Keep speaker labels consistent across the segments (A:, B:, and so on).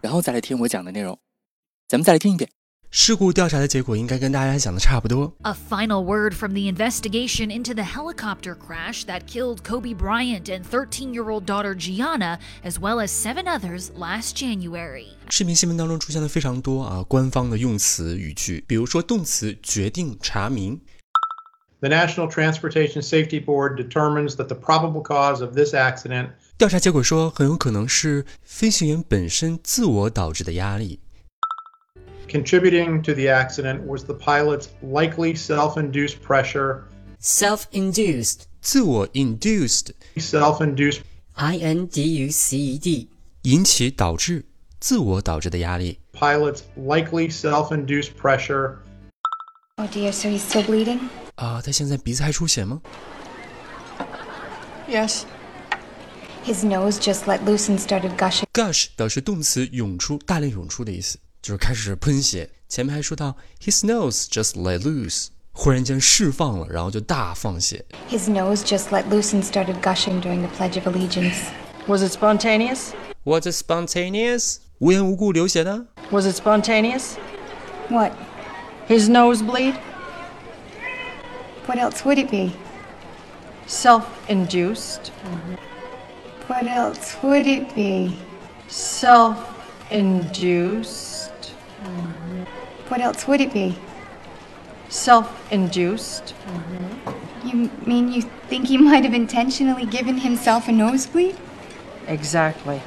A: 然后再来听我讲的内容。咱们再来听一遍。
B: 事故调查的结果应该跟大家想的差不多。
C: A final word from the investigation into the helicopter crash that killed Kobe Bryant and 13 year old daughter Gianna, as well as seven others last January.
B: 视频新闻当中出现了非常多啊官方的用词语句，比如说动词决定查明，
D: The National Transportation Safety Board determines that the probable cause of this accident
B: 调查结果说很有可能是飞行员本身自我导致的压力。
D: contributing to the accident was the pilot's likely self induced pressure.
E: self induced,
B: 自我 induced
D: Self induced
E: I N D U C E D,
B: 引起导致自我导致的压力。
D: pilot's likely self induced pressure.
F: Oh dear, so he's still bleeding?
B: 啊，他现在鼻子还出血吗？
F: Yes. His nose just let loose and started gushing.
B: gush 表示动词涌出，大量涌出的意思，就是开始喷血。前面还说到 his nose just let loose，忽然间释放了，然后就大放血。
F: His nose just let loose and started gushing during the Pledge of Allegiance.
G: Was it spontaneous?
B: Was it spontaneous？无缘无故流血的？
G: Was it spontaneous?
F: What?
G: His nosebleed?
F: What else would it be?
G: Self induced.
F: What else would it be?
G: Self induced.
F: What else would it be?
G: Self induced.
F: You mean you think he might have intentionally given himself a nosebleed?
G: Exactly.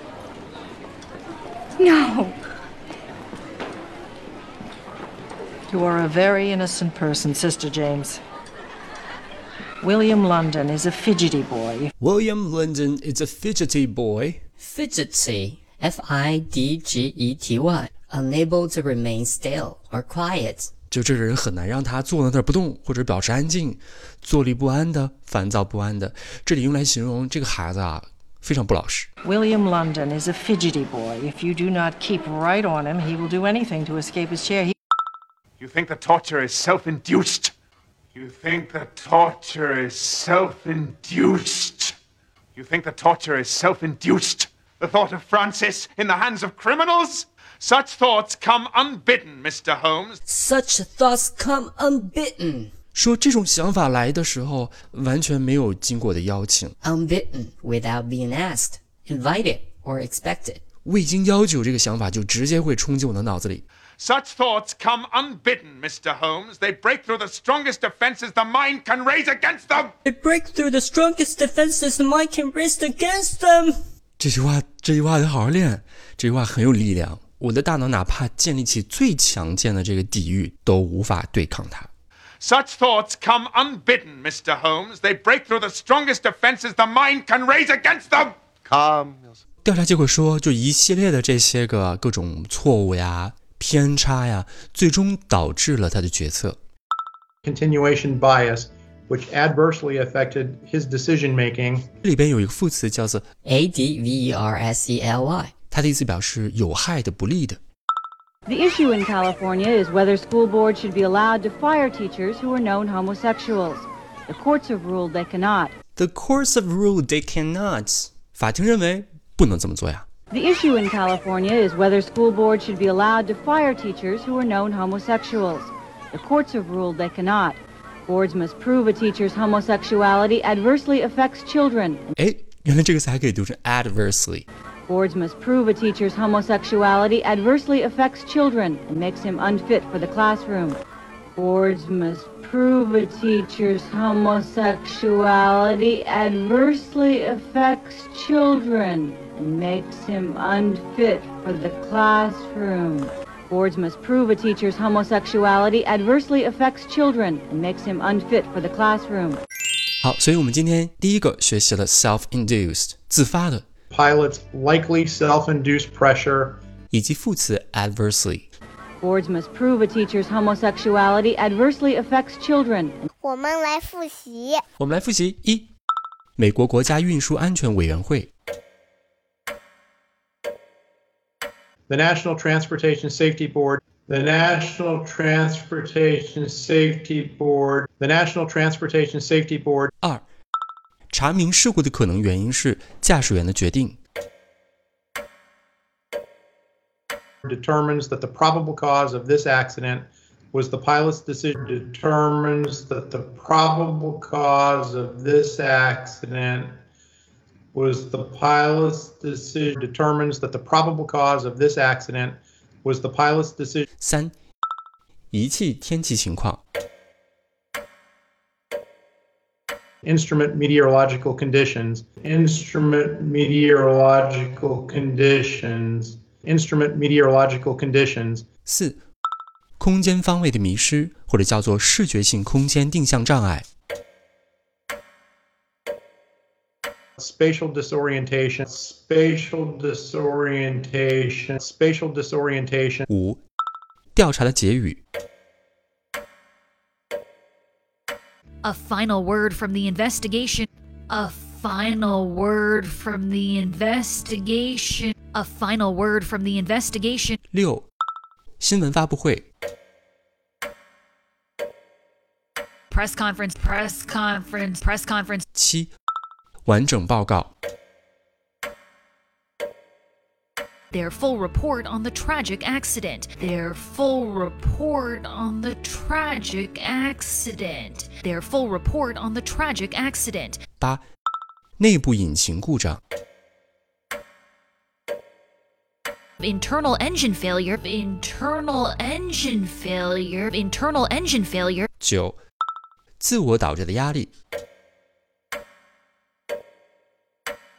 F: No.
G: You are a very innocent person, Sister James. William London is a fidgety boy.
B: William London is a fidgety boy.
E: fidgety, F I D G E T Y, unable to remain still or quiet.
B: 就这个人很难让他坐在那儿不动，或者保持安静，坐立不安的、烦躁不安的。这里用来形容这个孩子啊，非常不老实。
G: William London is a fidgety boy. If you do not keep right on him, he will do anything to escape his chair. He-
H: You think the torture is self induced? You think the torture is self induced? You think the torture is self induced? The thought of Francis in the hands of criminals? Such thoughts come unbidden, Mr. Holmes.
E: Such thoughts come unbidden.
B: 说这种想法来的时候，完全没有经过我的邀请，
E: Unbidden without being asked, invited, or expected.
B: 未经邀请，这个想法就直接会冲进我的脑子里。
H: Such thoughts come unbidden, Mr. Holmes. They break through the strongest defenses the mind can raise against them.
E: They break through the strongest defenses the mind can raise against them.
B: 这句话，这句话得好好练，这句话很有力量。我的大脑哪怕建立起最强健的这个抵御，都无法对抗它。
H: Such thoughts come unbidden, Mr. Holmes. They break through the strongest defenses the mind can raise against them.
D: Calm.
B: 调查结果说，就一系列的这些个各种错误呀、偏差呀，最终导致了他的决策。
D: Continuation bias, which adversely affected his decision making.
B: 这里边有一个副词叫做，
E: A D V E R S E L Y.
B: 它的意思表示有害的、不利的。
G: The issue in California is whether school boards should be allowed to fire teachers who are known homosexuals. The courts have ruled they cannot.
B: The courts of rule they cannot。法庭认为不能这么做呀。
G: The issue in California is whether school boards should be allowed to fire teachers who are known homosexuals. The courts have ruled they cannot. Boards must prove a teacher's homosexuality adversely affects children.
B: 哎，原来这个词还可以读成 adversely。
G: Boards must prove a teacher's homosexuality adversely affects children and makes him unfit for the classroom. Boards must prove a teacher's homosexuality adversely affects children and makes him unfit for the classroom. Boards must prove a teacher's homosexuality adversely affects children and makes him unfit for the classroom.
B: 好，所以我们今天第一个学习了 self-induced，自发的。
D: Pilot's likely self induced pressure.
B: 以及副词 adversely。
G: Boards must prove a teacher's homosexuality adversely affects children.
I: 我们来复习。
B: 我们来复习一，美国国家运输安全委员会，
D: the National Transportation Safety Board, the National Transportation Safety Board, the National Transportation Safety Board,
B: 二，查明事故的可能原因是驾驶员的决定。
D: determines that the probable cause of this accident was the pilot's decision determines that the probable cause of this accident was the pilot's decision determines that the probable cause of this accident was the pilot's decision
B: 三，仪器天气情况。
D: instrument meteorological conditions, instrument meteorological conditions, instrument meteorological conditions,
B: 四，空间方位的迷失，或者叫做视觉性空间定向障碍。
D: spatial disorientation, spatial disorientation, spatial disorientation,
B: 五，调查的结语。
C: A final word from the investigation. A final word from the investigation. A final word from the investigation.
B: 六，新闻发布会。
C: Press conference, press conference, press conference.
B: 七，完整报告。
C: Their full report on the tragic accident. Their full report on the tragic accident. Their full report on the tragic accident.
B: 八，内部引擎故障。
C: Internal engine failure. Internal engine failure. Internal engine failure.
B: 九，自我导致的压力。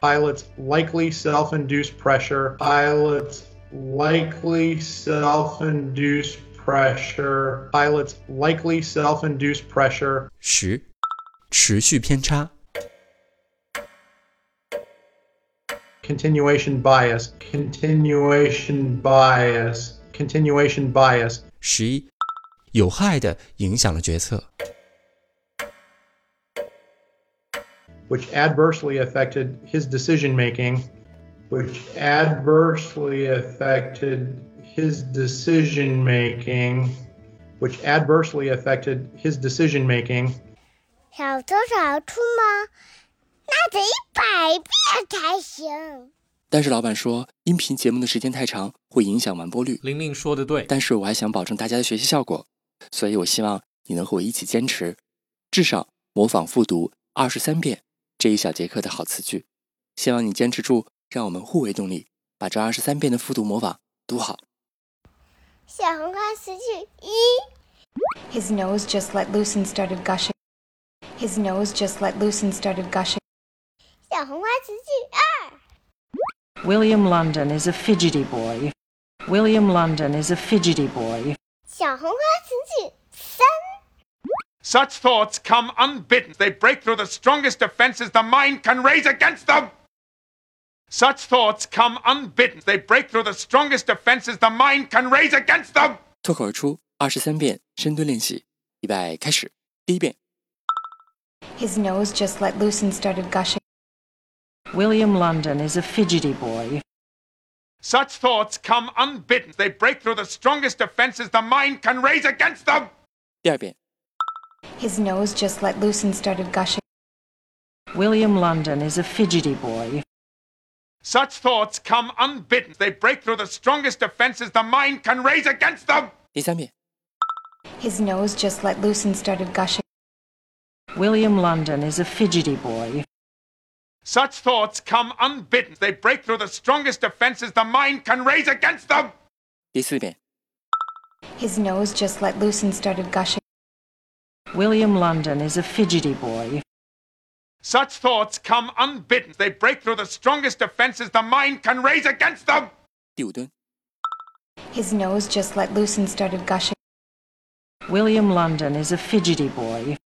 D: pilot's likely self-induced pressure, pilot's likely self-induced pressure, pilot's likely self-induced pressure,
B: 十，持续偏差。
D: continuation bias, continuation bias, continuation bias,
B: 十一，有害的影响了决策。
D: which adversely affected his decision making, which adversely affected his decision making, which adversely affected his decision making,
I: 小偷小兔吗？那得一百遍才行。
A: 但是老板说，音频节目的时间太长，会影响完播率。
J: 玲玲说的对，
A: 但是我还想保证大家的学习效果，所以我希望你能和我一起坚持，至少模仿复读二十三遍这一小节课的好词句。希望你坚持住，让我们互为动力，把这二十三遍的复读模仿读好。
I: 小红花词句一，
F: His nose just let loose and started gushing. His nose just let loose and started gushing.
I: 小红花词句二，
K: William London is a fidgety boy. William London is a fidgety boy.
I: 小红花词句三，
H: Such thoughts come unbidden. They break through the strongest defenses the mind can raise against them. Such thoughts come unbidden. They break through the strongest defenses the mind can raise against them.
A: 脱口而出二十三遍深蹲练习，预备开始。第一遍，
F: His nose just let loose and started gushing.
K: William London is a fidgety boy.
H: Such thoughts come unbidden. They break through the strongest defenses the mind can raise against them.
A: 第二遍，
F: His nose just let loose and started gushing.
K: William London is a fidgety boy.
H: Such thoughts come unbidden. They break through the strongest defenses the mind can raise against them.
A: 第三遍，
F: His nose just let loose and started gushing.
K: William London is a fidgety boy.
H: Such thoughts come unbidden. They break through the strongest defenses the mind can raise against them.
A: 第四遍，
F: His nose just let loose and started gushing.
K: William London is a fidgety boy.
H: Such thoughts come unbidden. They break through the strongest defenses the mind can raise against them.
A: 第五蹲，
F: His nose just let loose and started gushing.
K: William London is a fidgety boy.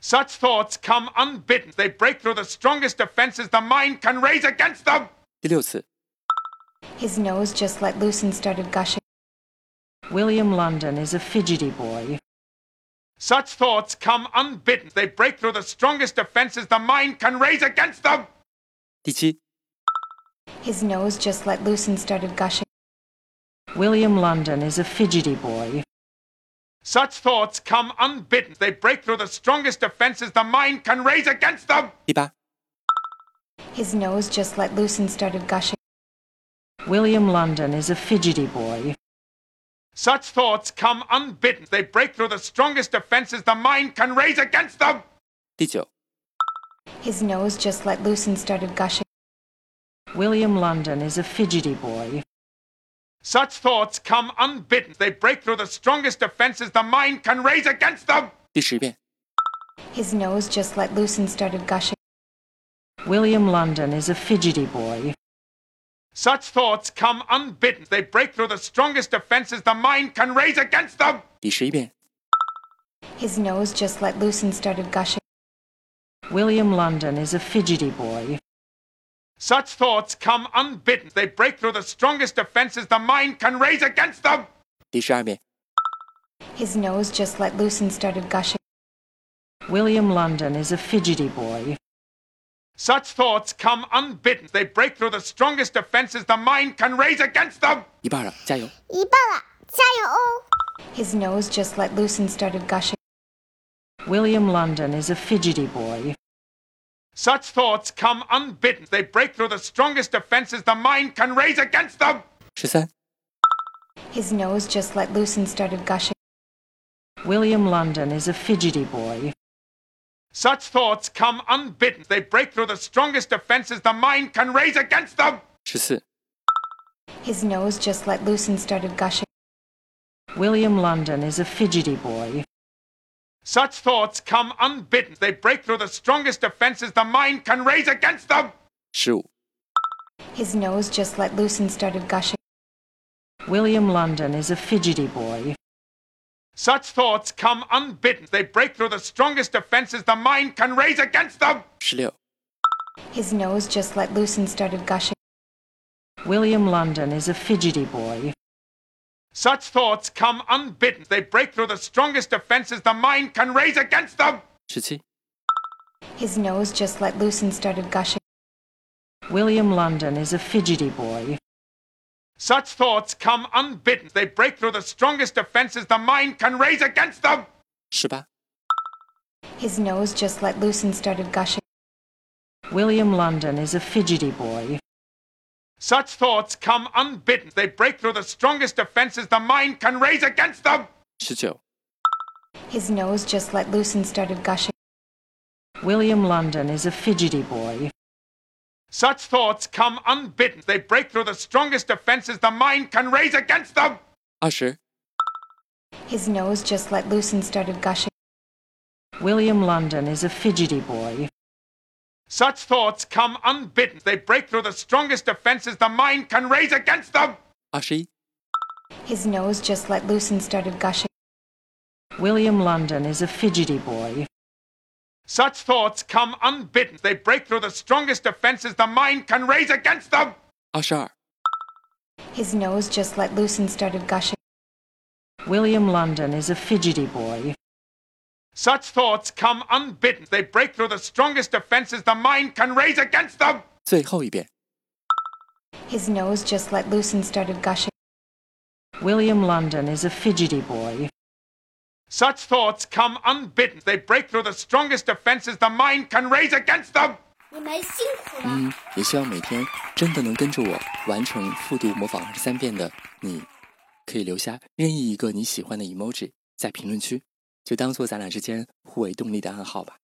H: Such thoughts come unbidden. They break through the strongest defenses the mind can raise against them.
A: 第六次，
F: His nose just let loose and started gushing.
K: William London is a fidgety boy.
H: Such thoughts come unbidden. They break through the strongest defenses the mind can raise against them.
A: 第七、
F: His nose just let loose and started gushing.
K: William London is a fidgety boy.
H: Such thoughts come unbidden. They break through the strongest defenses the mind can raise against them.
A: 第八、
F: His nose just let loose and started gushing.
K: William London is a fidgety boy.
H: Such thoughts come unbidden. They break through the strongest defenses the mind can raise against them.
A: 第九、
F: His nose just let loose and started gushing.
K: William London is a fidgety boy.
H: Such thoughts come unbidden. They break through the strongest defenses the mind can raise against them.
A: 第十遍、
F: His nose just let loose and started gushing.
K: William London is a fidgety boy.
H: Such thoughts come unbidden. They break through the strongest defenses the mind can raise against them.
A: 第十一遍、
F: His nose just let loose and started gushing.
K: William London is a fidgety boy.
H: Such thoughts come unbidden. They break through the strongest defenses the mind can raise against them.
A: 第十二遍、
F: His nose just let loose and started gushing.
K: William London is a fidgety boy.
H: Such thoughts come unbidden. They break through the strongest defenses the mind can raise against them.
A: 一半了，加油！
I: 一半了，加油哦！
F: His nose just let loose and started gushing.
K: William London is a fidgety boy.
H: Such thoughts come unbidden. They break through the strongest defenses the mind can raise against them.
A: 十三、
F: His nose just let loose and started gushing.
K: William London is a fidgety boy.
H: Such thoughts come unbidden. They break through the strongest defenses the mind can raise against them.
A: 十四、
F: His nose just let loose and started gushing.
K: William London is a fidgety boy.
H: Such thoughts come unbidden. They break through the strongest defenses the mind can raise against them.
A: 十五、
F: His nose just let loose and started gushing.
K: William London is a fidgety boy.
H: Such thoughts come unbidden. They break through the strongest defenses the mind can raise against them.
A: 十六、
F: His nose just let loose and started gushing.
K: William London is a fidgety boy.
H: Such thoughts come unbidden. They break through the strongest defenses the mind can raise against them.
A: 十七、
F: His nose just let loose and started gushing.
K: William London is a fidgety boy.
H: Such thoughts come unbidden. They break through the strongest defenses the mind can raise against them.
A: 十八、
F: His nose just let loose and started gushing.
K: William London is a fidgety boy.
H: Such thoughts come unbidden. They break through the strongest defenses the mind can raise against them.
A: 十九、
F: His nose just let loose and started gushing.
K: William London is a fidgety boy.
H: Such thoughts come unbidden. They break through the strongest defenses the mind can raise against them.
A: 二十、
F: His nose just let loose and started gushing.
K: William London is a fidgety boy.
H: Such thoughts come unbidden. They break through the strongest defenses the mind can raise against them.
A: 二十一、
F: His nose just let loose and started gushing.
K: William London is a fidgety boy.
H: Such thoughts come unbidden. They break through the strongest defenses the mind can raise against them.
A: 二十二、
F: His nose just let loose and started gushing.
K: William London is a fidgety boy.
H: Such thoughts come unbidden. They break through the strongest defenses the mind can raise against them.
A: 最后一遍。
F: His nose just let loose and started gushing.
K: William London is a fidgety boy.
H: Such thoughts come unbidden. They break through the strongest defenses the mind can raise against them.
I: 你们辛苦了。
A: 嗯，也希望每天真的能跟着我完成复读模仿二十三遍的你，可以留下任意一个你喜欢的 emoji 在评论区，就当做咱俩之间互为动力的暗号吧。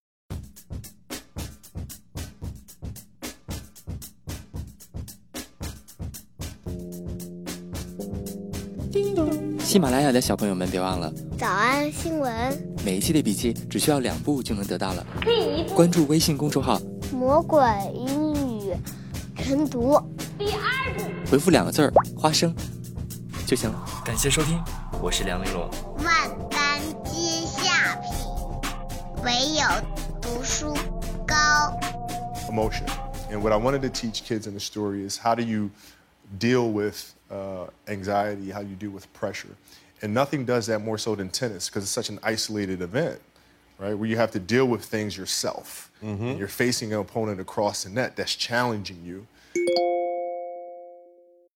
A: 叮咚！喜马拉雅的小朋友们，别忘了
L: 早安新闻，
A: 每一期的笔记只需要两步就能得到了。
M: 第一步，
A: 关注微信公众号，
L: 魔鬼英语晨读。
M: 第二步，
A: 回复两个字儿“花生”就行了。感谢收听，我是梁玲珑。
I: 万般皆下品，唯有读书高。
J: emotion. And what I wanted to teach kids in the story is how do you
H: deal with uh, anxiety, how you deal with pressure. And nothing does that more so than tennis because it's such an isolated event, right? Where you have to deal with things yourself.
N: Mhm.
H: And you're facing an opponent across the net that's challenging you.